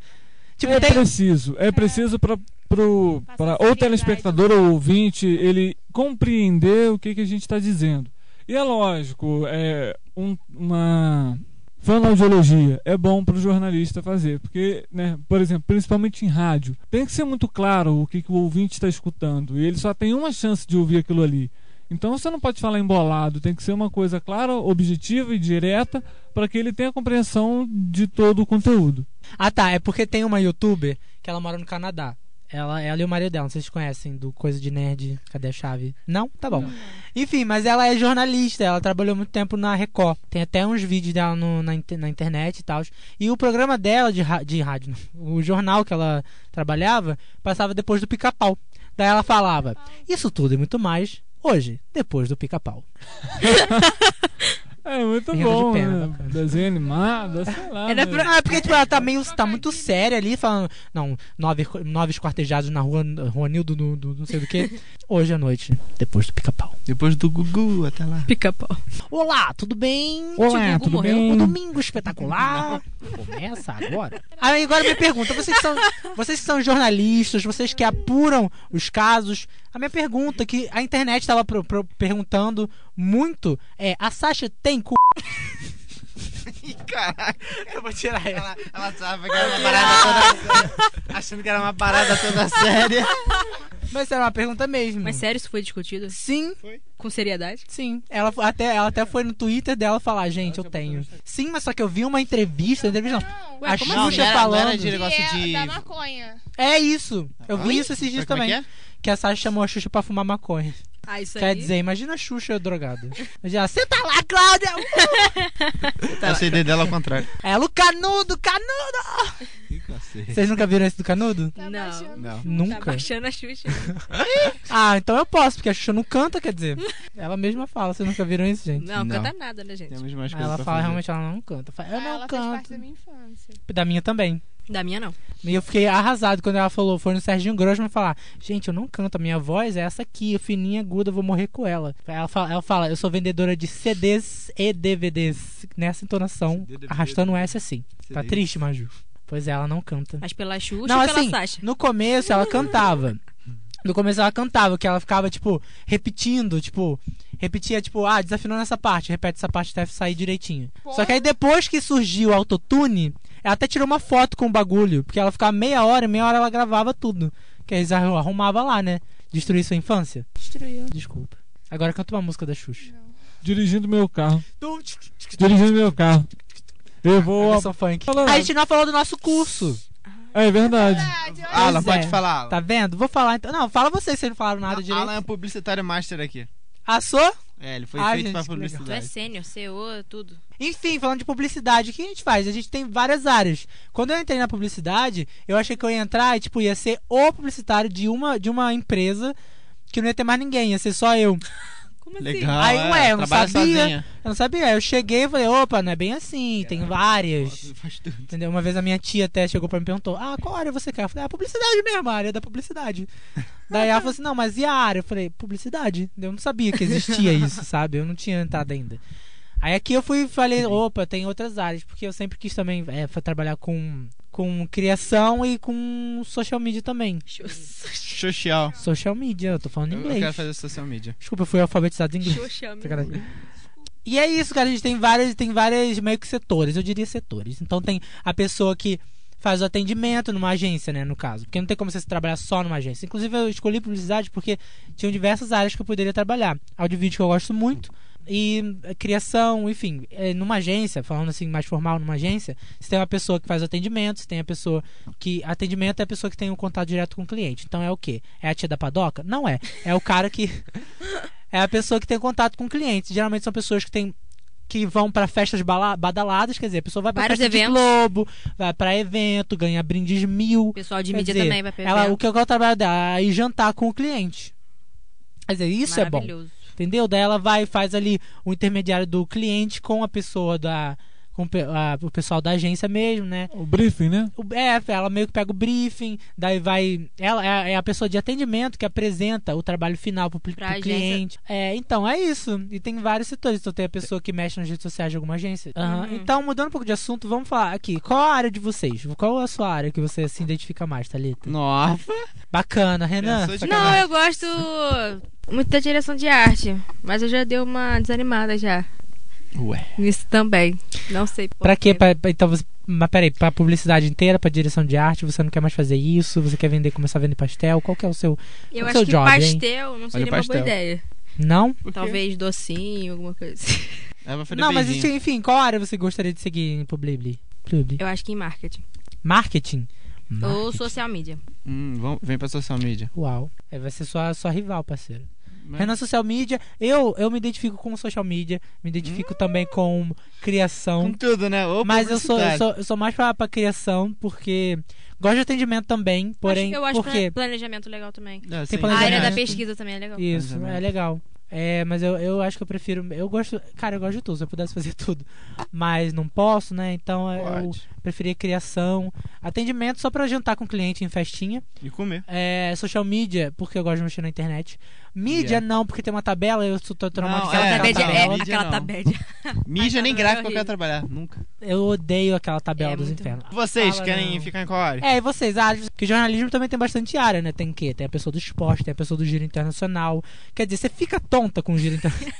Tipo,
é
tem.
preciso, é preciso para pro
Passar
para o
seriedade.
telespectador ou ouvinte ele compreender o que que a gente está dizendo. E é lógico, é um, uma fonoaudiologia é bom para o jornalista fazer, porque, né, por exemplo, principalmente em rádio, tem que ser muito claro o que, que o ouvinte está escutando e ele só tem uma chance de ouvir aquilo ali. Então você não pode falar embolado, tem que ser uma coisa clara, objetiva e direta para que ele tenha compreensão de todo o conteúdo.
Ah tá, é porque tem uma youtuber que ela mora no Canadá. Ela, ela e o marido dela, vocês conhecem, do Coisa de Nerd, cadê a chave? Não? Tá bom. Enfim, mas ela é jornalista, ela trabalhou muito tempo na Record. Tem até uns vídeos dela no- na, inter- na internet e tal. E o programa dela de, ra- de rádio, não, o jornal que ela trabalhava, passava depois do pica-pau. Daí ela falava, isso tudo e muito mais, hoje, depois do pica-pau.
É muito
Tem renda de
bom,
pena,
né?
bacana.
Desenho animado, sei lá.
Era
né?
pra- ah, porque tipo, ela tá meio. tá muito séria ali, falando. Não, nove, nove esquartejados na rua, rua Nildo, no, do, não sei do que. Hoje à noite, depois do pica-pau.
Depois do Gugu, até lá.
Pica-pau.
Olá, tudo bem?
Olá,
Tiago
tudo
Morreu,
bem?
Um domingo espetacular. Começa agora. Aí agora minha pergunta, vocês que são, vocês que são jornalistas, vocês que apuram os casos, a minha pergunta que a internet tava pro- pro- perguntando muito é: a Sasha tem cu?
Caraca,
Eu vou tirar ela.
ela, ela achava que era uma parada toda séria. Achando é que era uma parada toda séria.
Mas era uma pergunta mesmo.
Mas sério, isso foi discutido?
Sim,
Com seriedade?
Sim, ela fo- até, ela até foi no Twitter dela falar, gente, eu tenho. Sim, mas só que eu vi uma entrevista, entrevista não.
Não,
A
como
Não,
Xuxa
não era- não era
falando.
direito. negócio
que é
de-
da maconha.
É isso. Eu vi
Oi?
isso esses dias
Como é
também.
que é?
Que a Sasha chamou a Xuxa pra fumar maconha.
Ah, isso
Quer
aí.
dizer, imagina a Xuxa drogada. Já, senta lá, Cláudia!
É o CD dela ao contrário.
Ela, o canudo, canudo! Vocês nunca viram esse do canudo?
Tá
Não.
baixando.
Não.
Tá
Nunca.
baixando a Xuxa.
Ah, então eu posso, porque a Xuxa não canta, quer dizer. Ela mesma fala, vocês nunca viram isso, gente?
Não,
Não.
canta nada, né, gente?
Temos mais
Aí
coisas
ela
pra
fala,
fazer.
realmente, ela não canta. Fala, eu
Ah,
não
ela faz
canto.
parte da minha infância.
Da minha também.
Da minha, não.
E eu fiquei arrasado quando ela falou, foi no Serginho Grosman falar, gente, eu não canto, a minha voz é essa aqui, fininha, aguda, eu vou morrer com ela. Ela fala, ela fala, eu sou vendedora de CDs e DVDs, nessa entonação,
CD,
arrastando o S assim. Tá
CD.
triste, Maju? Pois é, ela não canta.
Mas pela Xuxa
Não,
e pela
assim,
Sasha.
no começo ela cantava. No começo ela cantava, que ela ficava, tipo, repetindo, tipo, repetia, tipo, ah, desafinou nessa parte, repete essa parte até sair direitinho. Só que aí depois que surgiu o autotune, ela até tirou uma foto com o bagulho, porque ela ficava meia hora, meia hora ela gravava tudo. Que eles arru- arrumavam lá, né? Destruir sua infância?
Destruiu.
Desculpa. Agora canta uma música da Xuxa.
Dirigindo meu carro. Dirigindo meu carro. Eu vou.
Versão funk.
Fala-
A gente não falou do nosso curso.
É verdade.
Verdade, olha.
Alan,
Pois é.
pode falar. Alan.
Tá vendo? Vou falar então. Não, fala vocês, vocês não falaram nada direito.
Alan é publicitário master aqui.
Ah, sou?
É, ele foi
Ah,
feito
gente,
pra
que legal.
Tu é
publicidade.
sênior, CEO, tudo.
Enfim, falando de publicidade, o que a gente faz? A gente tem várias áreas. Quando eu entrei na publicidade, eu achei que eu ia entrar e tipo, ia ser o publicitário de uma, de uma empresa que não ia ter mais ninguém, ia ser só eu.
Como assim?
Legal.
Aí,
é,
ué, eu não
trabalha
sabia.
sozinha.
Eu não sabia. Aí Eu cheguei e falei, opa, não é bem assim, tem várias.
Faz tudo.
Entendeu? Uma vez a minha tia até chegou pra mim e perguntou: Ah, qual área você quer? Eu falei, ah, publicidade mesmo, a área da publicidade. Daí ela falou assim, não, mas e a área? Eu falei, publicidade. Eu não sabia que existia isso, sabe? Eu não tinha entrado ainda. Aí aqui eu fui e falei, opa, tem outras áreas, porque eu sempre quis também é, fa- trabalhar com, com criação e com social media também.
Xuxa.
Social.
Social media, eu tô falando em
Eu, eu
inglês.
quero fazer social media.
Desculpa, eu fui alfabetizado em inglês.
Xuxa, é meu.
Sacanagem. E é isso, cara. A gente tem várias, tem várias meio que setores, eu diria setores. Então tem a pessoa que faz o atendimento numa agência, né, no caso. Porque não tem como você trabalhar só numa agência. Inclusive, eu escolhi publicidade porque tinham diversas áreas que eu poderia trabalhar. Áudio e vídeo que eu gosto muito. E eh, criação, enfim, eh, numa agência, falando assim mais formal, numa agência, você tem uma pessoa que faz o atendimento, você tem a pessoa que. Atendimento é a pessoa que tem o contato direto com o cliente. Então é o quê? É a tia da padoca? Não é. É o cara que. É a pessoa que tem contato com clientes. Geralmente são pessoas que têm que vão pra festas bala- badaladas, quer dizer, a pessoa vai pra
Vários
festa de
eventos.
Globo, vai pra evento, ganha brindes mil.
Pessoal de
Quer
mídia
dizer,
também vai pegar.
Ela, o que é o trabalho dela? É ir jantar com o cliente. Quer dizer, isso é bom.
Maravilhoso.
Entendeu? Daí ela vai e faz ali o intermediário do cliente com a pessoa da. com pe- a- o pessoal da agência mesmo, né?
O briefing, né?
O- É, ela meio que pega o briefing, daí vai. Ela é a- é a pessoa de atendimento que apresenta o trabalho final pro, pli-
Pra
pro
agência.
cliente. É, então, é isso. E tem vários setores. Então tem a pessoa que mexe nas redes sociais de alguma agência. Aham.
Uhum.
Então, mudando um pouco de assunto, vamos falar aqui. Qual a área de vocês? Qual a sua área que você se identifica mais, Thalita?
Nossa,
Bacana, Renan.
Pensou de
Não, eu gosto muito da direção de arte, mas eu já dei uma desanimada já
Ué.
nisso também. Não sei por
Pra quê?
quê.
Pra, pra- então você. Mas peraí, pra publicidade inteira, pra direção de arte, você não quer mais fazer isso? Você quer vender, começar a vender pastel? Qual que é o seu.
Eu
o
acho
seu
que
job, hein?
pastel não seria uma
pastel.
boa ideia.
Não?
Por quê?
Talvez docinho, alguma coisa assim.
Ela vai fazer
Não, mas
beijinho.
enfim, qual área você gostaria de seguir em Publibli? Publibli.
Eu acho que em marketing.
Marketing? Marketing.
Ou social media.
Hum, vamos- vem pra social media.
Uau. É, vai ser sua, sua rival, parceiro.
Né?
Mas-
Renan Social Media, eu, eu me identifico com social media, me
Hum.
identifico também com
Com
criação.
tudo, né? Ou
Mas eu sou, eu
publicidade.
sou, eu sou mais pra, pra criação, porque gosto de atendimento também, porém.
Acho- eu acho
porque...
plan- planejamento legal também.
É, sim.
A área
Planejamento.
da pesquisa também é legal.
Isso, é
Planejamento.
legal. É, mas eu, eu acho que eu prefiro. Eu gosto. Cara, eu gosto de tudo, se eu pudesse fazer tudo. Mas não posso, né? Então eu
Pode.
preferi criação. Atendimento só pra jantar com cliente em festinha.
E comer.
É, social media, porque eu gosto de mexer na internet. Mídia,
Yeah.
não, porque tem uma tabela, eu sou tô traumatizado.
é,
com
Aquela
aquela
tabela-
é,
tabela.
mídia
aquela
não.
tabela.
Mídia nem
não,
gráfico
é
eu quero trabalhar. Nunca.
Eu odeio aquela tabela
É
dos
muito
infernos.
Vocês
Fala,
querem
não.
ficar em qual área?
É, e vocês acham que jornalismo também tem bastante área, né? Tem o quê? Tem a pessoa do esporte, tem a pessoa do giro internacional. Quer dizer, você fica tonta com o giro internacional.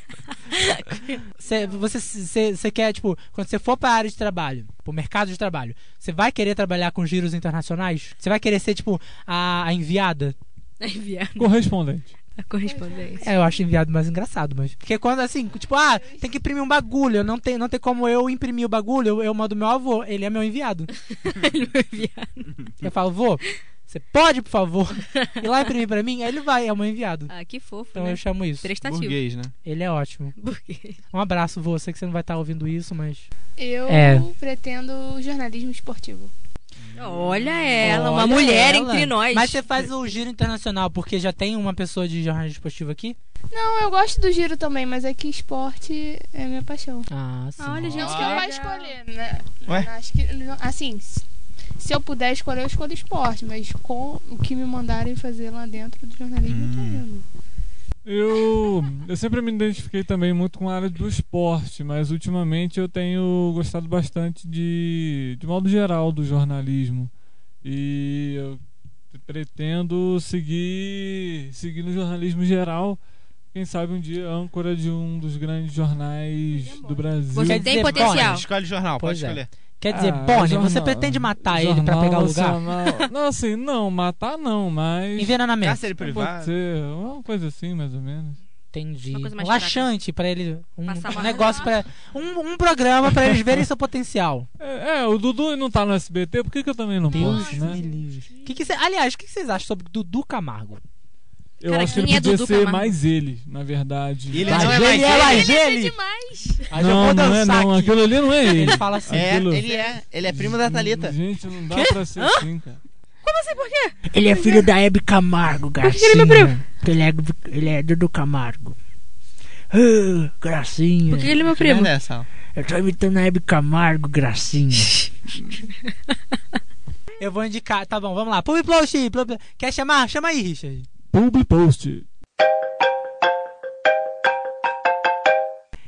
Cê- você, você, você quer, tipo, quando você for pra área de trabalho, pro mercado de trabalho, você vai querer trabalhar com giros internacionais? Você vai querer ser, tipo, a, a enviada?
Enviar
Correspondente.
a correspondência.
É, eu acho enviado mais engraçado, mas. Porque quando assim, tipo, ah, tem que imprimir um bagulho, eu não tem, não tem como eu imprimir o bagulho, eu, eu mando meu avô, ele é meu enviado.
é
Eu falo, vô, você pode, por favor, ir lá imprimir pra mim? Aí ele vai, é o meu enviado.
Ah, que fofo,
Então
né?
eu chamo isso.
Prestativo.
Burguês, né?
Ele é ótimo.
Burguês.
Um abraço, vô. Sei que você não vai estar ouvindo isso, mas.
Eu
É.
pretendo jornalismo esportivo.
Olha É ela, uma
Olha
mulher
ela.
entre nós.
Mas você faz o giro internacional, porque já tem uma pessoa de jornalismo esportivo aqui?
Não, eu gosto do giro também, mas é que esporte é minha paixão.
Ah, sim.
Olha, gente,
Não
que
que eu
legal.
vá escolher, né?
Ué?
Acho que, não- assim, se se eu puder escolher, eu escolho esporte, mas com o que me mandarem fazer lá dentro do jornalismo, eu tô
Hum.
indo.
Eu, eu sempre me identifiquei também muito com a área do esporte, mas ultimamente eu tenho gostado bastante de, de modo geral do jornalismo. E eu pretendo seguir, seguir no jornalismo geral. Quem sabe um dia âncora de um dos grandes jornais do Brasil.
Você
Quer
tem
dizer,
potencial.
Escolhe o jornal,
Pois
pode
é.
escolher.
Quer dizer,
Ah,
Bonnie,
jornal-
você pretende matar ele pra
jornal
pegar o lugar?
nacional. Não, assim, não, matar não, mas.
Envenenamento.
Cárcere
Pode
privado.
ser, uma coisa assim, mais ou menos.
Entendi.
Uma coisa
Um
mais
laxante pra ele. Um,
Passar
um
mal.
negócio para Um, um programa pra eles verem seu potencial.
É, é, o Dudu não tá no SBT, por que, que eu também não
Deus
posso, né?
me livre. Que que cê- aliás, o que que vocês acham sobre Dudu Camargo?
Eu
Cara,
acho que
quem
ele
é
podia
Dudu
ser
Camargo?
mais ele, na verdade.
Ele
Mas
não é
ele é
mais ele.
mais ele. Mas eu
não,
Ah, vou
não é
dançar
não,
aqui.
aquilo ali não é ele.
Ele fala assim.
É,
Aquilo-
ele é. Ele é primo da Thalita.
Gente, não dá pra ser assim, cara.
Ele é filho da Hebe Camargo, Garcinha. Ele é, meu primo. Ele, é, ele é Dudu Camargo. Ah, gracinha.
Por que ele é meu
Que
primo?
merda é essa? Alan?
Eu tô imitando a Hebe Camargo, gracinha. Eu vou indicar, tá bom, vamos lá. Pub Post, Pub- quer chamar? Chama aí, Richard.
Pub post.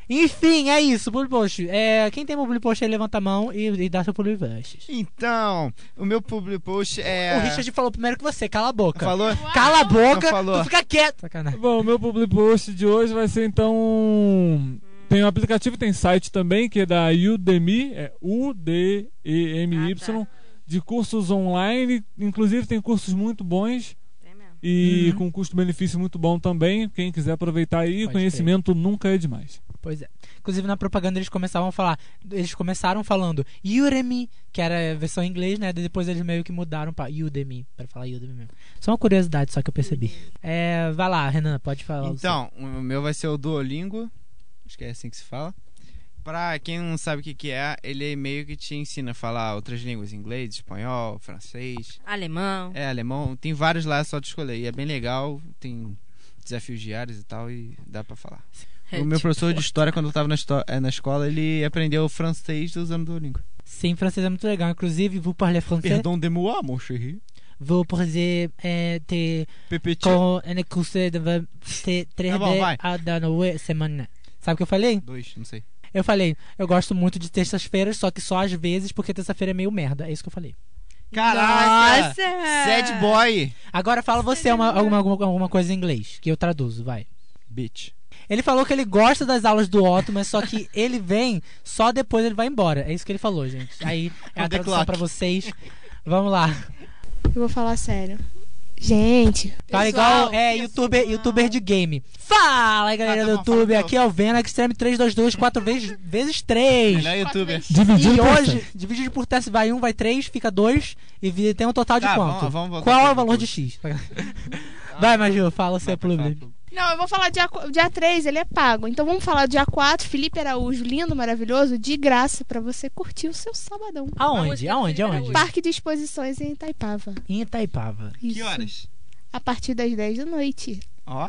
Enfim, é isso, Public Post. É, quem tem Public Post aí levanta a mão e, e dá seu Public Post.
Então, o meu public post é.
O Richard falou primeiro que você, cala a boca.
falou?
Cala a boca,
Não falou.
tu fica quieto. Sacanagem.
Bom, o meu public post de hoje vai ser então. Tem um aplicativo, tem site também, que é da Udemy, é U-D-E-M-Y,
tá.
Ah,
de cursos online. Inclusive tem cursos muito bons.
É mesmo.
E
Uhum.
com custo-benefício muito bom também. Quem quiser aproveitar aí,
Pode
conhecimento nunca é demais.
Pois é. Inclusive na propaganda eles começavam a falar, eles começaram falando Udemy, que era a versão em inglês, né? Depois eles meio que mudaram pra Udemy, pra falar Udemy mesmo. Só uma curiosidade só que eu percebi. É, vai lá, Renan, pode falar. o seu.
Então, o meu vai ser o Duolingo. Acho que é assim que se fala. Pra quem não sabe o que, que é, ele meio que te ensina a falar outras línguas, inglês, espanhol, francês.
Alemão.
É, alemão. Tem vários lá, é só te escolher. E é bem legal, tem desafios diários e tal, e dá pra falar. É,
É
o
tipo
meu professor de história, quando eu tava na, histó- eh, na escola, ele aprendeu francês usando Duolingo.
Sim, francês é muito legal. Inclusive, vous parlez français.
Perdão de moi, mon chéri.
Vous pouvez eh, te
Pepeti.
com un curso de 23
Tá bom, vai.
a da noite semana. Sabe o que eu falei?
Dois, não sei.
Eu falei, eu gosto muito de terças-feiras, só que só às vezes, porque terça-feira é meio merda. É isso que eu falei.
Caraca!
Nossa!
Sad boy!
Agora fala você uma, alguma, alguma, alguma coisa em inglês, que eu traduzo, vai.
Bitch.
Ele falou que ele gosta das aulas do Otto, mas só que ele vem, só depois ele vai embora. É isso que ele falou, gente. Aí é a
On the
tradução
clock.
pra vocês. Vamos lá.
Eu vou falar sério. Gente,
Fala
Pessoal,
igual é youtuber, youtuber de game. Fala aí, galera
Ah, tá
do
bom,
YouTube.
fala,
Aqui é o Venax Extreme 322, 4 vezes, vezes 3.
Melhor é youtuber.
Dividido
E
por
hoje,
sete.
dividido por teste, vai 1, vai 3, fica 2 e vi- tem um total de
Tá,
quanto?
vamos- vamos voltar
Qual
pro
é o valor de
YouTube.
X? vai, Maju, fala o seu
Não, pode falar,
clube.
clube.
Não, eu vou falar dia, qu- dia 3, ele é pago. Então vamos falar dia 4, Felipe Araújo, lindo, maravilhoso, de graça pra você curtir o seu sabadão.
A
Aonde?
música
Aonde?
que
Aonde?
libera
Parque de exposições em Itaipava.
Em Itaipava.
Isso.
Que horas?
A partir das 10 da noite.
Ó.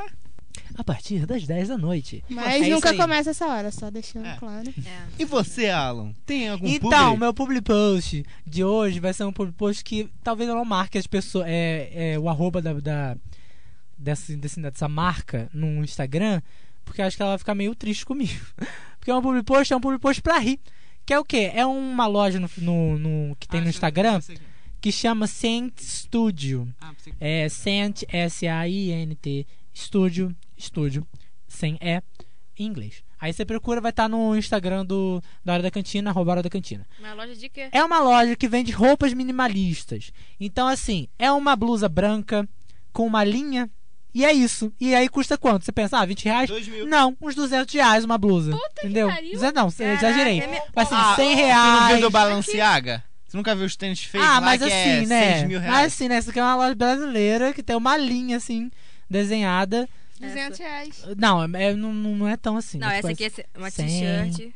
A partir das 10 da noite. É
Mas
isso
nunca
aí.
começa essa hora, só deixando
É.
claro.
É.
E você, Alan? Tem algum
Então,
um publi?
meu public post de hoje vai ser um public post que talvez eu não marque as pessoas. É, é, o arroba da, da- dessa, desse- dessa marca no Instagram, porque eu acho que ela vai ficar meio triste comigo. Porque é um public post, é um public post pra rir. Que é o quê? É uma loja no, no- no- que tem no Instagram que chama Scent Studio.
Ah, você...
É Scent, S-A-I-N-T, Studio, Studio, sem E, em inglês. Aí você procura, vai estar no Instagram do, da Hora da Cantina, arroba Hora da Cantina.
Uma loja de quê?
É uma loja que vende roupas minimalistas. Então, assim, é uma blusa branca com uma linha. E é isso. E aí custa quanto? Você pensa, ah, 20 reais?
Dois mil.
Não, uns 200 reais uma blusa.
que
entendeu?
pariu.
Duze- Não, eu
Caraca,
exagerei.
é me-
Mas assim,
Ah,
100
Você não
reais.
viu do Balenciaga? Você nunca viu os tênis feitos
Ah,
lá
mas
que
assim,
é
né?
6 mil
Mas
reais?
assim, né? Essa aqui é uma loja brasileira que tem uma linha, assim, desenhada.
200 reais.
Não, é, é- não, não é tão assim.
Não,
mas,
essa
tipo,
aqui é se- uma
cem.
t-shirt.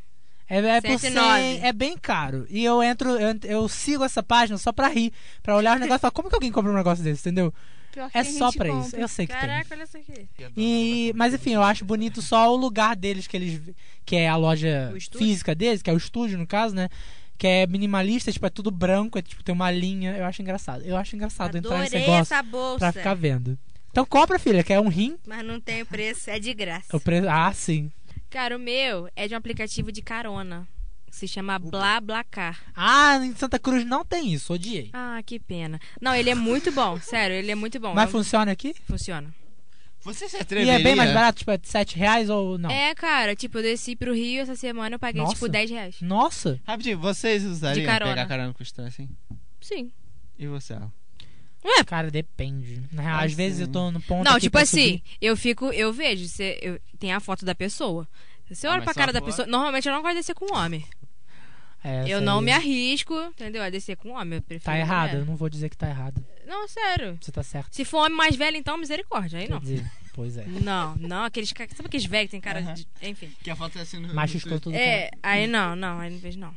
É, é por
109.
100, é bem caro. E eu entro, eu, ent- eu sigo essa página só pra rir, pra olhar os negócios e falar, como que alguém compra um negócio desse, entendeu?
Pior que
É
a gente
só pra
compra.
isso. Eu sei que
Caraca, olha essa aqui.
tem. E, mas enfim, eu acho bonito só o lugar deles que eles. Que é a loja
O estúdio?
física deles, que é o estúdio, no caso, né? Que é minimalista, tipo, é tudo branco, é tipo, tem uma linha. Eu acho engraçado. Eu acho engraçado entrar nesse
Adorei
negócio
essa bolsa.
pra ficar vendo. Então compra, filha, que é um rim.
Mas não tem o preço, é de graça.
O preço- Ah, sim.
Cara, o meu é de um aplicativo de carona. Se chama BlaBlaCar.
Ah, em Santa Cruz não tem isso, odiei.
Ah, que pena. Não, ele é muito bom. sério, ele é muito bom.
Mas
Eu-
funciona aqui?
funciona.
Você se
E
atreveria?
é bem mais barato, tipo, é 7 reais ou não?
É, cara, tipo, eu desci pro Rio essa semana, eu paguei,
Nossa.
tipo, 10 reais.
Nossa!
Rapidinho, vocês usariam
De carona.
pegar carona com estranho assim?
Sim.
E você, Alan?
Cara, depende. Na real,
Ah,
Às vezes
sim.
eu tô no ponto.
Não,
aqui
tipo
pra
assim,
subir.
eu fico, eu vejo, você, eu, tem a foto da pessoa. Você
Ah,
olha
mas
pra
só
cara
a
da
foto?
pessoa. Normalmente eu não gosto de descer com um homem.
É,
eu
essa
não
aí
me É. arrisco, entendeu? A descer com um homem. Eu prefiro
Tá
mulher.
errado, eu não vou dizer que tá errado.
Não, sério.
Você tá certo.
Se for homem mais velho, então, misericórdia. Aí
Quer
não.
dizer, pois é.
Não, não, aqueles caras. Sabe aqueles velhos que tem cara
Aham.
de. Enfim.
Que a foto é assim no...
Macho escroto do cara.
É, aí não, não, aí não vejo não.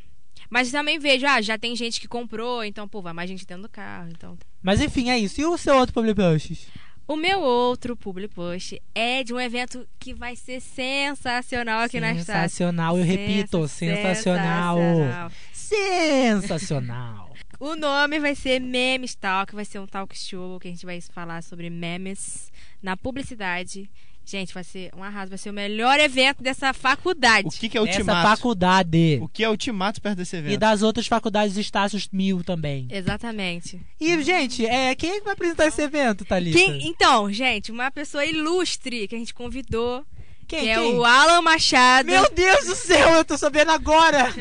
Mas também vejo, ah, já tem gente que comprou, então, pô, vai mais gente dentro do carro, então.
Mas enfim, é isso. E o seu outro public post?
O meu outro public post é de um evento que vai ser sensacional aqui na Estácio.
sensacional, eu repito, sensacional. Sensacional.
O nome vai ser Memes Talk, vai ser um talk show que a gente vai falar sobre memes na publicidade. Gente, vai ser um arraso, vai ser o melhor evento dessa faculdade.
O que, que é
Essa
ultimato?
faculdade.
O que é ultimato perto desse
E
evento?
das outras faculdades Estácios Mil também.
Exatamente.
E, gente, é, quem é que vai apresentar esse evento, Thalita?
Quem- então, gente, uma pessoa ilustre que a gente convidou,
Quem?
que é
quem?
o Alan Machado.
Meu Deus do céu, eu tô sabendo agora!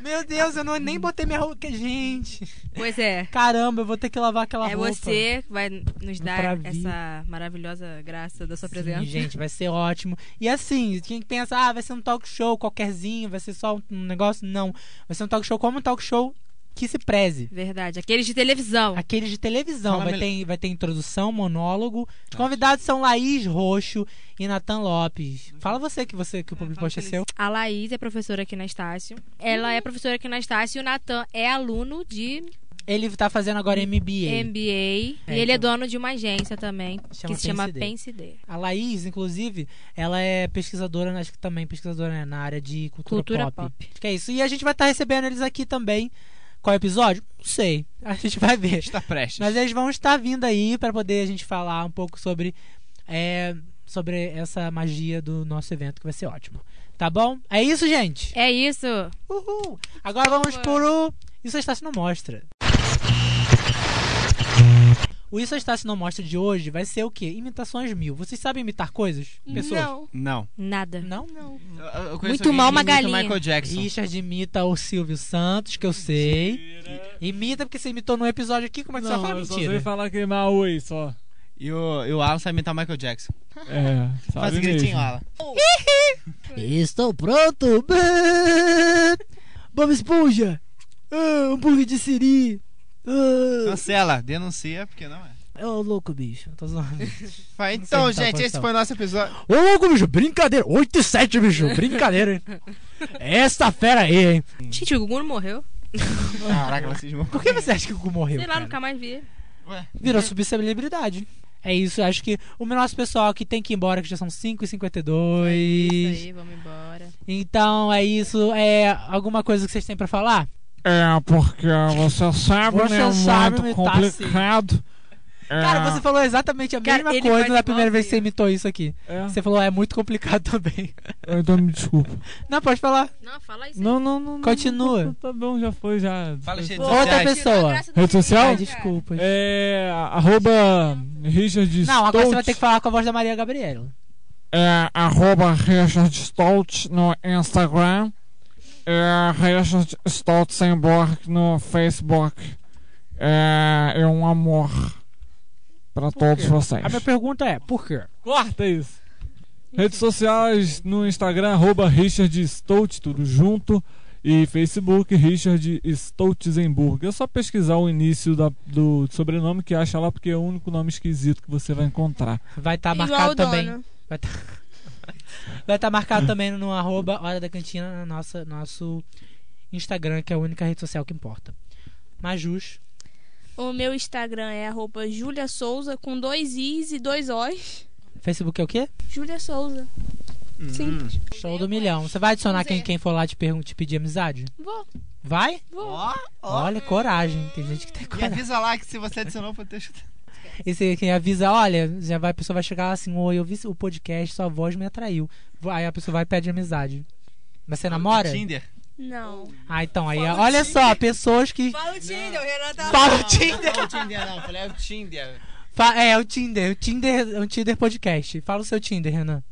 Meu Deus, eu não, nem botei minha roupa. Gente,
Pois é.
caramba, eu vou ter que lavar aquela
é
roupa.
você que vai nos
Pra
dar
vir.
essa maravilhosa graça da sua
Sim,
presença.
gente, vai ser ótimo. E assim, quem pensa, ah, vai ser um talk show qualquerzinho, vai ser só um negócio, não. Vai ser um talk show como um talk show que se preze.
Verdade. Aqueles de televisão.
Aqueles de televisão.
Fala
Vai
melhor.
ter, vai ter introdução, monólogo. Os convidados são Laís Roxo e Natan Lopes. Fala você que você que o
Ah,
público post é seu.
A Laís é professora aqui na Estácio. Ela é professora aqui na Estácio e o Natan é aluno de
Ele tá fazendo agora MBA.
MBA.
É,
e ele é
então.
dono de uma agência também,
Chama
que se chama
PNCD.
PNCD.
A Laís, inclusive, ela é pesquisadora, né, acho que também pesquisadora né, na área de cultura,
Cultura
pop.
pop.
Acho que é isso. E a gente vai estar recebendo eles aqui também. Qual é episódio? Não sei. A gente vai ver.
Está prestes.
Mas é eles vão estar vindo aí para poder a gente falar um pouco sobre é, sobre essa magia do nosso evento que vai ser ótimo. Tá bom? É isso, gente.
É isso.
Uhul. Agora vamos pro Isso está se não mostra. O Isso está se não mostra de hoje vai ser o quê? Imitações mil. Vocês sabem imitar coisas? Pessoas?
Não,
Não.
Nada.
Não?
não.
Eu- eu conheço
Muito
alguém
mal
que
uma
imita
galinha.
Michael Jackson.
Richard imita o Silvio Santos, que eu sei. Imita porque você imitou num episódio aqui, como é que você
Não,
vai falar
eu só sei
mentira?
falar que Maui só.
E o, e o Alan sabe imitar Michael Jackson.
É,
Tá
sabe
Faz um gritinho,
mesmo.
Alan.
Estou pronto! Bob Esponja! Ah, hambúrguer de siri! Ah,
Cancela, denuncia, porque não é.
É o louco, bicho. Eu tô zoando.
Vai,
Não
então,
sei imitar
gente,
a
esse
posição.
foi o nosso episódio.
Ô, louco, bicho! Brincadeira! 8 e 7, bicho! Brincadeira, hein? Essa fera aí, hein?
Gente, o Gugu não morreu.
Caraca, vocês vão.
Por que você acha que o Gugu morreu?
Sei lá,
cara?
nunca mais vi.
Ué,
Virou subcelebridade. É isso, eu acho que o nosso pessoal que tem que ir embora, que já são 5h52.
É Isso aí, vamos embora.
Então é isso. É alguma coisa que vocês têm pra falar?
É, porque você sabe,
Você
né? É
sabe
muito
imitar, sim.
complicado. É,
Cara, você falou exatamente a
Cara,
mesma
ele
coisa
faz
da primeira
igualzinho.
vez que você imitou isso aqui.
é,
Você falou, é muito complicado também.
Então me desculpa.
Não, pode falar.
Não, fala isso.
Não, não, não. não,
Continua.
não, tá bom, já foi, já.
Fala,
foi.
gente.
Outra
sociais.
pessoa.
Rede social?
Ai, desculpa.
É. Arroba Richard
Não, agora você vai
Stoltz.
ter que falar com a voz da Maria Gabriela.
É arroba Richard Stoltz no Instagram. É Richard Stoltzenborg no Facebook. É, é um amor pra todos vocês.
A minha pergunta é, por quê?
Corta isso. Redes sociais no Instagram, arroba Richard Stout, tudo junto. E Facebook, Richard Stoutzenburg. É só pesquisar o início da- do sobrenome que acha lá, porque é o único nome esquisito que você vai encontrar.
Vai estar
Igual
Tá marcado
o
também.
dono.
Vai estar vai tá marcado também no arroba Hora da Cantina, no nosso, nosso Instagram, que é a única rede social que importa. Majus.
O meu Instagram é arroba Julia Souza com dois I's e dois O's.
Facebook é o quê?
Julia Souza.
Hum.
Simples.
Show do milhão. Você vai adicionar
Vamos
quem,
ver.
quem for lá te, pergun- te pedir amizade?
Vou,
Vai?
vou.
Olha, coragem. Tem gente que tem
E
coragem.
avisa lá que se você adicionou pro texto.
E você quem avisa, olha, já vai, a pessoa vai chegar assim, oi, eu vi o podcast, sua voz me atraiu. Aí a pessoa vai e pede amizade. Mas você namora?
Tinder.
Não.
Ah, então, aí, olha só, pessoas que.
Fala o Tinder, o Renan tá...
Fala o Tinder!
Não, não, o Tinder não, falei é o Tinder.
Fa- é, o Tinder, o Tinder, é o Tinder podcast. Fala o seu Tinder, Renan.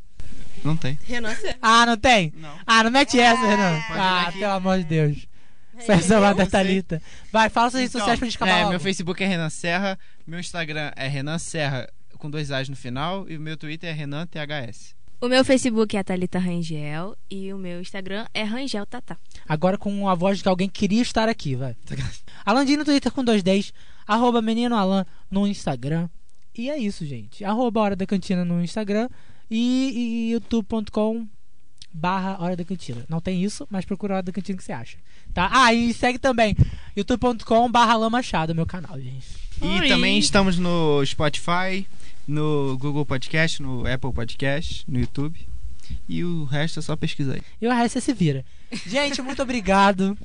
Não tem.
Renan, você...
Ah, não tem?
Não.
Ah, não mete essa, Renan.
É. pode olhar
Ah,
aqui.
pelo amor de Deus. Essa é uma da
sei.
Thalita. Vai, fala suas redes
Então,
sociais pra gente acabar
É,
logo.
meu Facebook é Renan Serra, meu Instagram é Renan Serra com dois A's no final e o meu Twitter é Renan THS.
O meu Facebook é a Thalita Rangel e o meu Instagram é Rangel Tata.
Agora com a voz de que alguém queria estar aqui, vai. Alandinho no Twitter com 210, arroba menino Alan no Instagram. E é isso, gente. Arroba Hora da Cantina no Instagram e, e youtube.com barra Hora da Cantina. Não tem isso, mas procura a Hora da Cantina que você acha. Tá? Ah, e segue também youtube.com barra Alan Machado, meu canal, gente.
E
Oi.
também estamos no Spotify, no Google Podcast, no Apple Podcast, no YouTube. E o resto é só pesquisar aí.
E o resto você se vira. Gente, muito obrigado.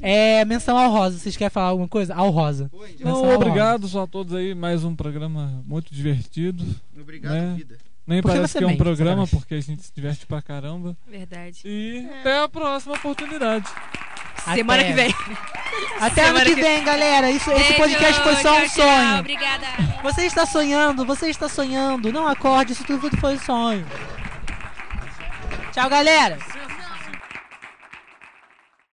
É, menção ao Rosa. Vocês querem falar alguma coisa? Ao Rosa. Menção ao
Não,
Rosa.
obrigado só a todos aí, mais um programa muito divertido.
Obrigado,
Né?
vida.
Nem
Por que
parece
você É.
que é um
mente,
programa,
sacanagem?
porque a gente se diverte pra caramba.
Verdade.
E até a próxima oportunidade.
Semana que vem.
Até ano
Semana
que
que-
vem, galera. Isso, esse
Beijo,
podcast foi só um
tchau, tchau,
sonho.
Obrigada.
Você está sonhando, você está sonhando. Não acorde, isso tudo foi um sonho. Tchau, galera.